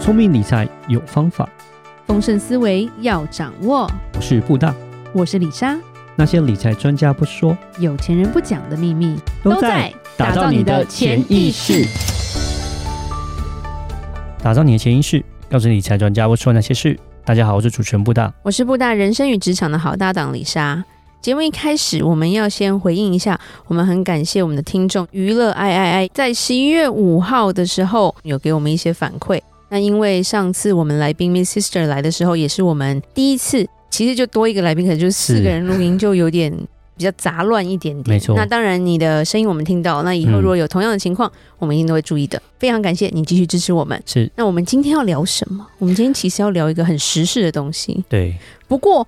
聪明理财有方法，丰盛思维要掌握。我是布大。我是李莎，那些理财专家不说，有钱人不讲的秘密打造你的潜意识，，打造你的潜意识，告诉理财专家不说那些事。大家好，我是主持人布大。我是布大人生与职场的好搭档李莎。节目一开始，我们要先回应一下，我们很感谢我们的听众娱乐爱爱爱，在十一月五号的时候有给我们一些反馈。那因为上次我们来宾 Miss Sister 来的时候，也是我们第一次，其实就多一个来宾，可能就是四是个人录音，就有点比较杂乱一点点。没错那当然，你的声音我们听到，那以后嗯如果有同样的情况，我们一定都会注意的。非常感谢你继续支持我们。是那我们今天要聊什么？我们今天其实要聊一个很时事的东西。对，不过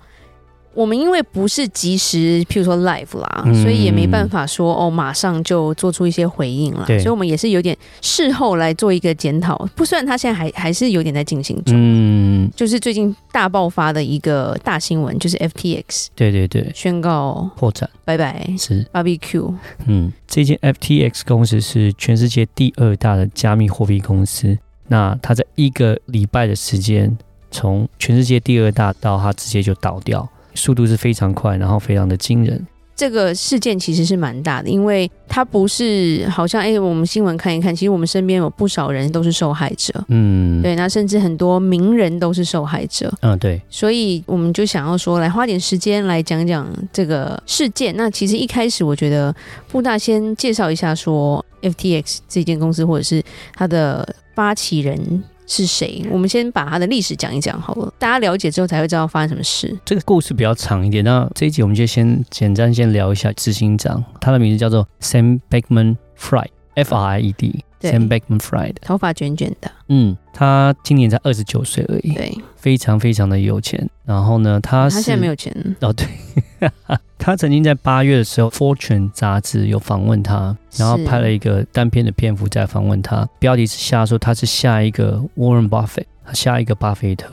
我们因为不是及时，譬如说 live 啦，嗯所以也没办法说哦，马上就做出一些回应啦。对所以我们也是有点事后来做一个检讨。不，虽然它现在还还是有点在进行中。嗯，就是最近大爆发的一个大新闻，就是 FTX 对对对，宣告破产拜拜是， BBQ，嗯，这间 FTX 公司是全世界第二大的加密货币公司。那它在一个礼拜的时间，从全世界第二大到它直接就倒掉，速度是非常快，然后非常的惊人。这个事件其实是蛮大的，因为它不是好像哎、我们新闻看一看，其实我们身边有不少人都是受害者，嗯，对，那甚至很多名人都是受害者，嗯，对，所以我们就想要说，来花点时间来讲讲这个事件。那其实一开始我觉得布大先介绍一下说 FTX 这间公司或者是它的发起人。是谁？我们先把它的历史讲一讲好了，大家了解之后才会知道发生什么事。这个故事比较长一点。那这一集我们就先简单先聊一下执行长，他的名字叫做 Sam Bankman Fried。F R I E D 对 Sam Bankman Fried，头发卷卷的，嗯，他今年才二十九岁而已，对，非常非常的有钱。然后呢，他他是现在没有钱，哦，对，他曾经在八月的时候，《Fortune》杂志有访问他，然后是拍了一个单篇的篇幅在访问他，标题是下说他是下一个 Warren Buffett，他下一个巴菲特。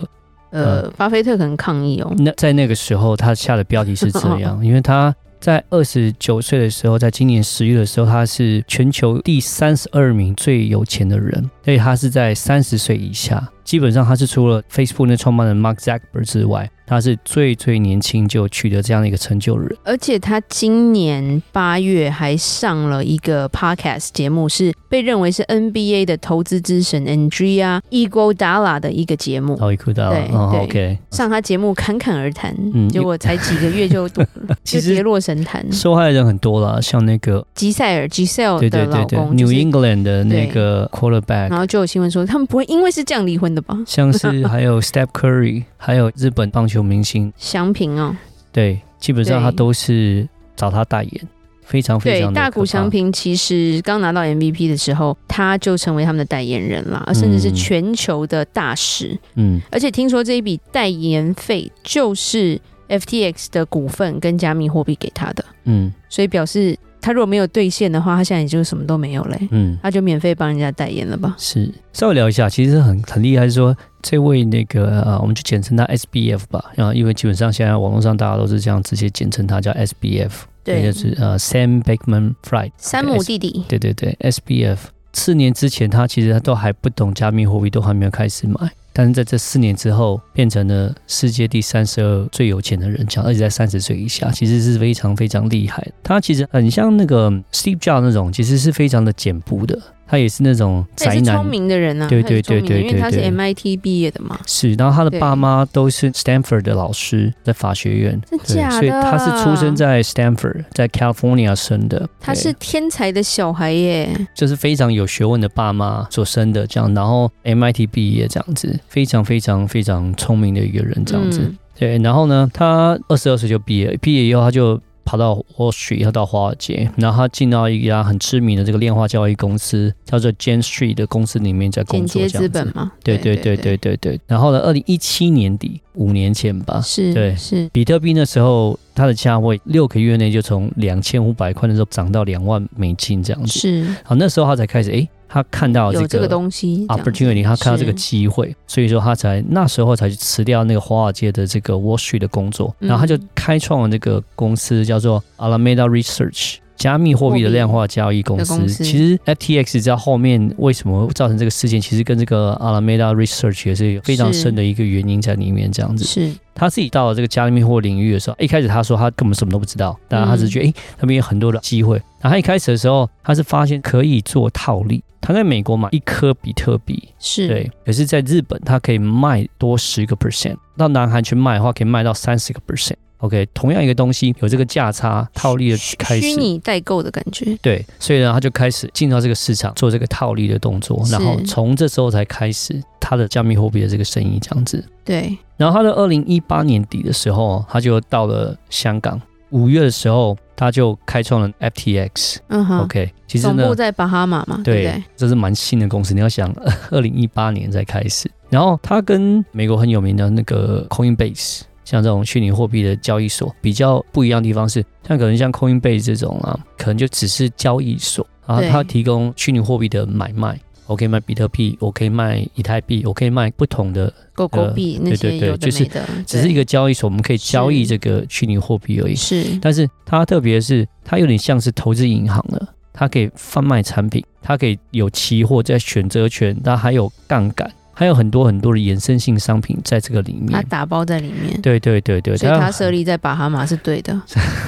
呃，巴菲特可能抗议哦，那在那个时候，他下的标题是这 样，因为他在二十九岁的时候，在今年十月的时候，他是全球第三十二名最有钱的人，所以他是在三十岁以下，基本上他是除了 Facebook 那创办人 Mark Zuckerberg 之外，他是最最年轻就取得这样的一个成就的人。而且他今年八月还上了一个 podcast 节目，是被认为是 NBA 的投资之神 Andrea Iguodala 的一个节目。哦，伊库达，对哦对，OK，上他节目侃侃而谈，嗯结果才几个 月就就哦其跌实落神坛。受害人很多啦，像那个吉塞尔 Giselle 对的对对老对公， ，New 就是啊 England 的那个然 quarterback，后就有新闻说他们不会因为是这样离婚的吧？像是还 有 Steph Curry，还有日本棒球明星，祥平啊哦，对，基本上对他都是找他代言，非常非对常，的大谷翔相平其实刚拿到 MVP 的时候，他就成为他们的代言人啦，而甚至是嗯全球的大使。嗯，而且听说这一笔代言费就是 FTX 的股份跟加密货币给他的，嗯所以表示他如果没有兑现的话，他现在也就什么都没有嘞、嗯，他就免费帮人家代言了吧？是稍微聊一下，其实很很厉害，是说这位那个呃，我们就简称他 SBF 吧，然后因为基本上现在网络上大家都是这样直接简称他叫 SBF，就是呃 Sam Bankman Fried，山姆弟弟对对对，SBF 四年之前，他其实他都还不懂加密货币，都还没有开始买。但是在这四年之后，变成了世界第三十二最有钱的人，讲而且在三十岁以下，其实是非常非常厉害。他其实很像那个 Steve Jobs 那种，其实是非常的简朴的，他也是那种他宅也是男聪。明的人啊，对对他也是聪明的对对因为他是对 MIT 毕业的嘛，是，然后他的对爸妈都是 Stanford 的老师，在法学院，真对假的？所以他是出生在 Stanford，在 California 生的。他对是天才的小孩耶，就是非常有学问的爸妈所生的这样，然后 MIT 毕业这样子，非常非常非常聪明的一个人这样子。嗯对，然后呢，他二十二岁就毕业，毕业以后他就跑到 Wall Street，他到华尔街，然后他进到一家很知名的这个量化交易公司，叫做 Jane Street 的公司里面在剪工作接这样资子本。嘛，对对对对对对。然后呢，二零一七年底，五年前吧，是，对是，比特币那时候它的价位六个月内就从两千五百块的时候涨到两万美金这样子。是好，那时候他才开始，诶，他看到有这这个个东西这样子 opportunity，他看到这个是机会，所以说他才那时候才去辞掉那个华尔街的这个 Wall Street 的工作，嗯然后他就开创了这个公司叫做 Alameda Research。加密货币的量化交易公司。货币的公司其实 FTX 在后面为什么造成这个事件，其实跟这个 Alameda Research 也是有非常是深的一个原因在里面。这样子，是他自己到了这个加密货领域的时候，一开始他说他根本什么都不知道，但他只是嗯觉得诶，那边有很多的机会。然后他一开始的时候，他是发现可以做套利。他在美国买一颗比特币，是，对，可是在日本它可以卖多十个 percent，到南韩去卖的话可以卖到三十个 percent。OK，同样一个东西有这个价差套利的虚开虚始。拟代购的感觉，对，所以呢，他就开始进到这个市场做这个套利的动作，是然后从这时候才开始他的加密货币的这个生意这样子。对，然后他在二零一八年底的时候，他就到了香港。五月的时候，他就开创了 FTX、嗯哼 OK，其哦实总呢部，在巴哈马嘛，对对不对？这是蛮新的公司。你要想， 二零一八年才开始，然后它跟美国很有名的那个 Coinbase，像这种虚拟货币的交易所比较不一样的地方是，像可能像 Coinbase 这种啊，可能就只是交易所，然后对它提供虚拟货币的买卖。我可以卖比特币，我可以卖以太币，我可以卖不同的，狗狗币那呃对些对对有的就是没的，只是一个个交易所，我们可以交易是这个虚拟货币而已。是但是它特别是它有点像是投资银行了，它可以贩卖产品，它可以有期货在选择权，它还有杠杆，还有很多很多的衍生性商品在这个里它面。打包在里面。对对对对，啊所以它设立在巴哈马是 对的，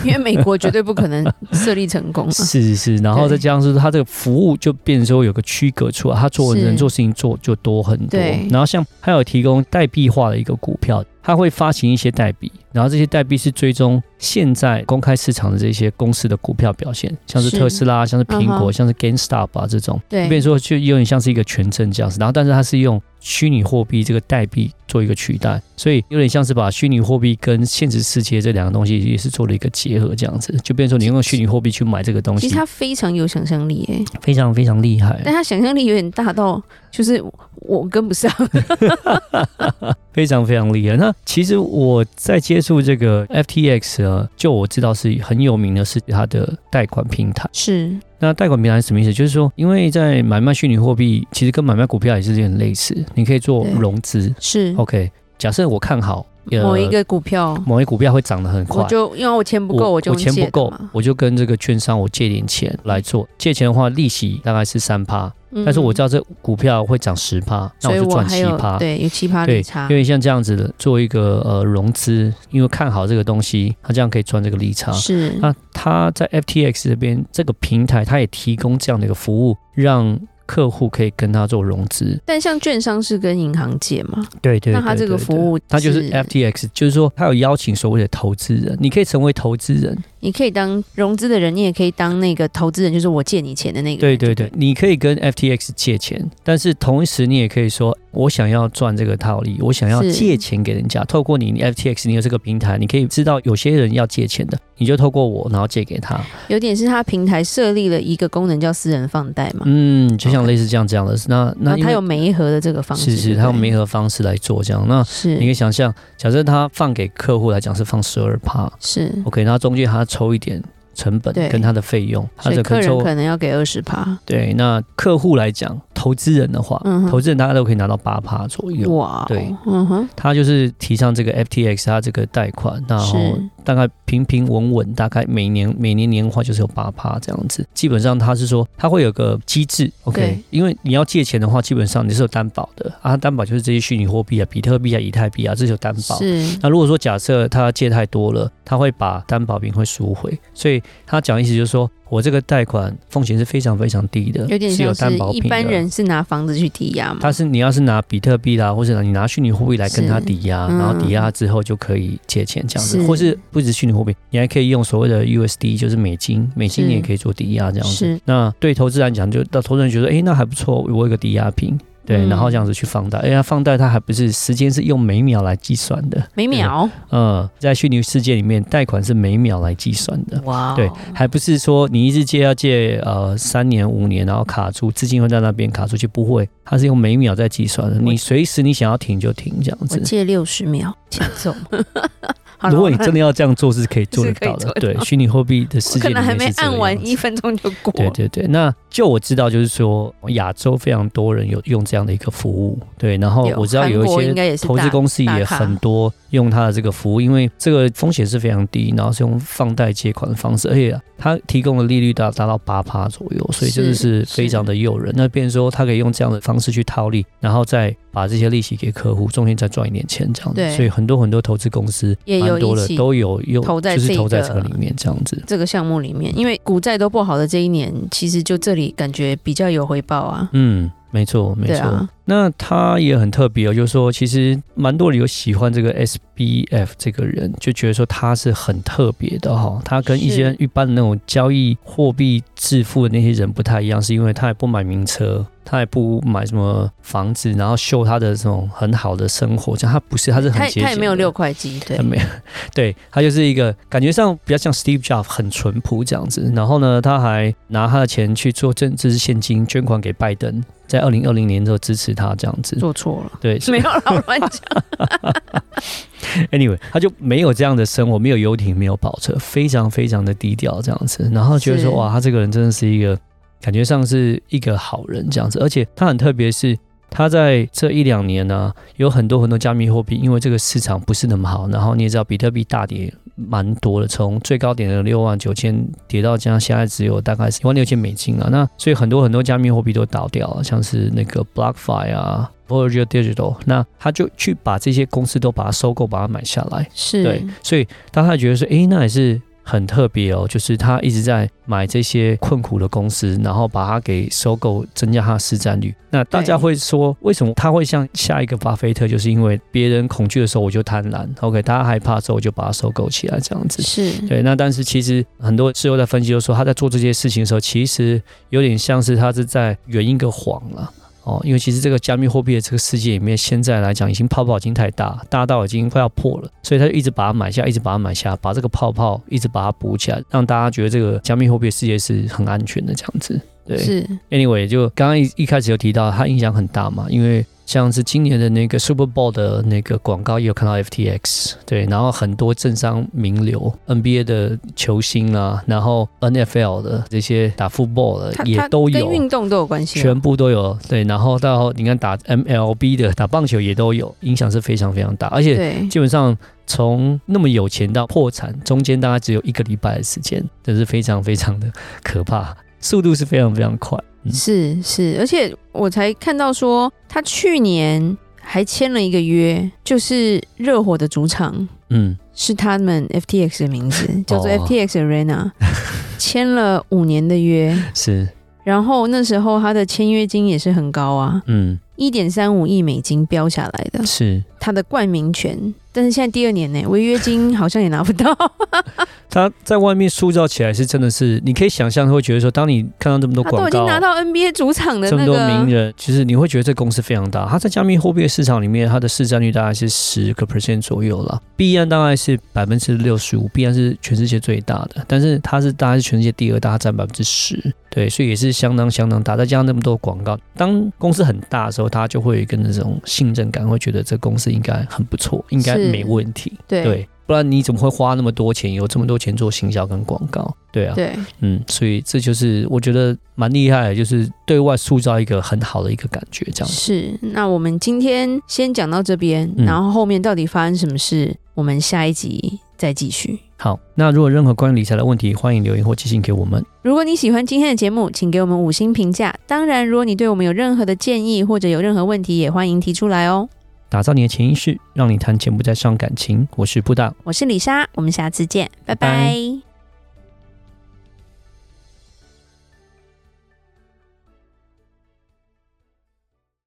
因为美国绝对不可能设立成功啊。是是是，然后再加上是它这个服务就变成说有个区隔出来，它做是能做事情做就多很多对。然后像还有提供代币化的一个股票，它会发行一些代币，然后这些代币是追踪现在公开市场的这些公司的股票表现，像是是特斯拉、像是苹嗯果、哼像是 GameStop 啊这种，对就变成说就有点像是一个权证这样子。然后但是它是用虚拟货币这个代币做一个取代，所以有点像是把虚拟货币跟现实世界这两个东西也是做了一个结合，这样子就变成说你用虚拟货币去买这个东其西实，他非常有想象力诶，非常非常厉害但，他想象力有点大到就是我跟 不上。非常非常厉害。那其实我在接触这个 FTX 啊，就我知道是很有名的是它的贷款平台。是那贷款平台是什么意思？就是说，因为在买卖虚拟货币，其实跟买卖股票也是有点类似，你可以做对融资。是， OK，假设我看好、哦呃嗯某一个股票，某一股票会涨得很快，我就因为我钱不够，我就用钱借不的够嘛，我就跟这个券商我借点钱来做。借钱的话，利息大概是三趴，但是我知道，道这股票会涨十趴，那嗯所以就赚还七有趴。对有奇葩对利差，因为像这样子的做一个呃融资，因为看好这个东西，它这样可以赚这个利差。是那它在 FTX 这边这个平台，它也提供这样的一个服务，让客户可以跟他做融资。但像券商是跟银行借嘛，对对那它这个服务它就是是 FTX，就是说它有邀请所谓的投资人，你可以成为投资人。你可以当融资的人，你也可以当那个投资人，就是我借你钱的那个对人。对对，你可以跟 FTX 借钱，但是同时你也可以说，我想要赚这个套利，我想要是借钱给人家。透过你你 FTX，你有这个平台，你可以知道有些人要借钱的，你就透过我，然后借给他。有点是它平台设立了一个功能叫私人放贷嘛，嗯，就像类似这样这样的。那然那后因它为有媒合的这个方式，是是，对不对他用媒合方式来做这样。那是你可以想象，假设他放给客户来讲是放十二趴是， ，OK，那中间他抽一点成本对跟他的费用，他所的以客人抽可能要给二十趴，对。那客户来讲，投资人的话，嗯哼投资人大家都可以拿到八趴左右。哇哦，对嗯哼，他就是提倡这个 FTX 它这个贷款，然后是大概平平稳稳，大概每年每年年化就是有八趴这样子。基本上他是说他会有个机制，OK，对因为你要借钱的话，基本上你是有担保的啊，担保就是这些虚拟货币啊、比特币啊、以太币啊，这是有担保。是那如果说假设他借太多了，他会把担保品会赎回，所以他讲的意思就是说我这个贷款风险是非常非常低的，有点是有像担是保一品般的人是拿房子去抵押嘛，它是你要是拿比特币啦，或者你拿虚拟货币来跟它是抵押，嗯然后抵押之后就可以借钱这样子，是或是不止虚拟货币，你还可以用所谓的 USD，就是美金，美金是你也可以做抵押这样是子。那对投资人来讲，就到投资人觉得，诶，那还不错，我有个抵押品。对，嗯然后这样子去放贷，哎呀，放贷它还不是时间是用每秒来计算的，每秒，嗯，在虚拟世界里面，贷款是每秒来计算的，哇哦，对，还不是说你一直借要借呃三年五年，然后卡住，资金会在那边卡住，就不会，它是用每秒在计算的，我你随时你想要停就停这样我子。 借六十秒，欠揍，好了，如果你我真的要这样做，是可以做得到是的可以做。得对到，虚拟货币的我世界可里能面还没是这个按样完子一分钟就过，对对对，那就我知道，就是说亚洲非常多人有用这样的一个服务，对，然后有哦我知道韩有一国应些该也是投资大公司大也咖很多用它的这个服务，因为这个风险是非常低，然后是用放贷借款的方式，而且它提供的利率达达到八趴左右，所以真的是是非常是的诱人。那变成说，它可以用这样的方式去套利，然后再把这些利息给客户，中间再赚一点钱这样子对。所以很多很多投资公司也有蛮多的一起都有用，投在就是这投在个这个里面这样子。这个项目里面，因为股债都不好的这一年，其实就这里感觉比较有回报啊。嗯，没错，没对错。啊那他也很特别哦，就是说，其实蛮多人有喜欢这个 SBF 这个人，就觉得说他是很特别的哈、他跟一些是一般的那种交易货币致富的那些人不太一样，是因为他也不买名车，他也不买什么房子，然后秀他的这种很好的生活，这样他不是，他是很他节他也俭没有的六块肌，对他，没有，对他就是一个感觉上比较像 Steve Jobs 很淳朴这样子。然后呢，他还拿他的钱去做政治现金捐款给拜登，在二零二零年的时候支持他这样子。做错 了，对，没有老乱讲。 anyway，他就没有这样的生活，没有游艇，没有跑车，非常非常的低调这样子。然后觉得说，是哇，他这个人真的是一个感觉上是一个好人这样子，而且他很特别是。他在这一两年呢、有很多很多加密货币，因为这个市场不是那么好，然后你也知道，比特币大跌蛮多的，从最高点的六万九千跌到这样，现在只有大概一万六千美金了、那所以很多很多加密货币都倒掉了，像是那个 BlockFi 啊，Voyager Digital，那他就去把这些公司都把它收购，把它买下来。对 是，，所以当他觉得说，诶，那也是很特别哦，就是他一直在买这些困苦的公司，然后把它给收购，增加它的市占率。那大家对会说，为什么他会像下一个巴菲特，就是因为别人恐惧的时候我就贪婪，OK，大家害怕的时候我就把它收购起来，这样子。是，对，那但是其实很多事后在分析，就说他在做这些事情的时候，其实有点像是他是在圆一个谎了。哦，因为其实这个加密货币的这个世界里面，现在来讲已经泡泡已经太大，大到已经快要破了，所以他就一直把它买下，一直把它买下，把这个泡泡一直把它补起来，让大家觉得这个加密货币的世界是很安全的这样子。对，是， Anyway，就刚刚一一开始有提到，它影响很大嘛，因为像是今年的那个 Super Bowl 的那个广告也有看到 FTX，对，然后很多政商名流、NBA 的球星啊，然后 NFL 的这些打 football 的它也它都有跟，运动都有关系啊。全部都有，对，然后到你看打 MLB 的、打棒球也都有，影响是非常非常大，而且对，基本上从那么有钱到破产，中间大概只有一个礼拜的时间，这是非常非常的可怕，速度是非常非常快。嗯是是，而且我才看到说他去年还签了一个约，就是热火的主场嗯，是他们 FTX 的名字， 叫做哦 FTX Arena，签了五年的约。是，然后那时候他的签约金也是很高啊，嗯，一点三五亿美金标下来的，是。他的冠名权。但是现在第二年呢，违约金好像也拿不 到。他在外面塑造起来是真的是，你可以想象会觉得说，当你看到这么多他都广已经告，拿到 NBA 主场的这么那多名个，人，其实你会觉得这公司非常大。它在加密货币的市场里面，它的市占率大概是十个 percent 左右啦。币安大概是百分之六十五，币安是全世界最大的，但是它是大概是全世界第二大，它占百分之十，对，所以也是相当相当大。再加上那么多广告，当公司很大的时候，它就会有一个那种信任感，会觉得这公司应该很不错，应该是没问题。对对，不然你怎么会花那么多钱，有这么多钱做行销跟广告？对啊，对嗯，所以这就是我觉得蛮厉害的，就是对外塑造一个很好的一个感觉，这样子。是。那我们今天先讲到这边，嗯然后后面到底发生什么事，我们下一集再继续。好，那如果任何关于理财的问题，欢迎留言或寄信给我们。如果你喜欢今天的节目，请给我们五星评价。当然，如果你对我们有任何的建议或者有任何问题，也欢迎提出来哦。打造你的潜意识，让你谈钱不再伤感情。我是布大。我是李莎，我们下次见，拜拜拜拜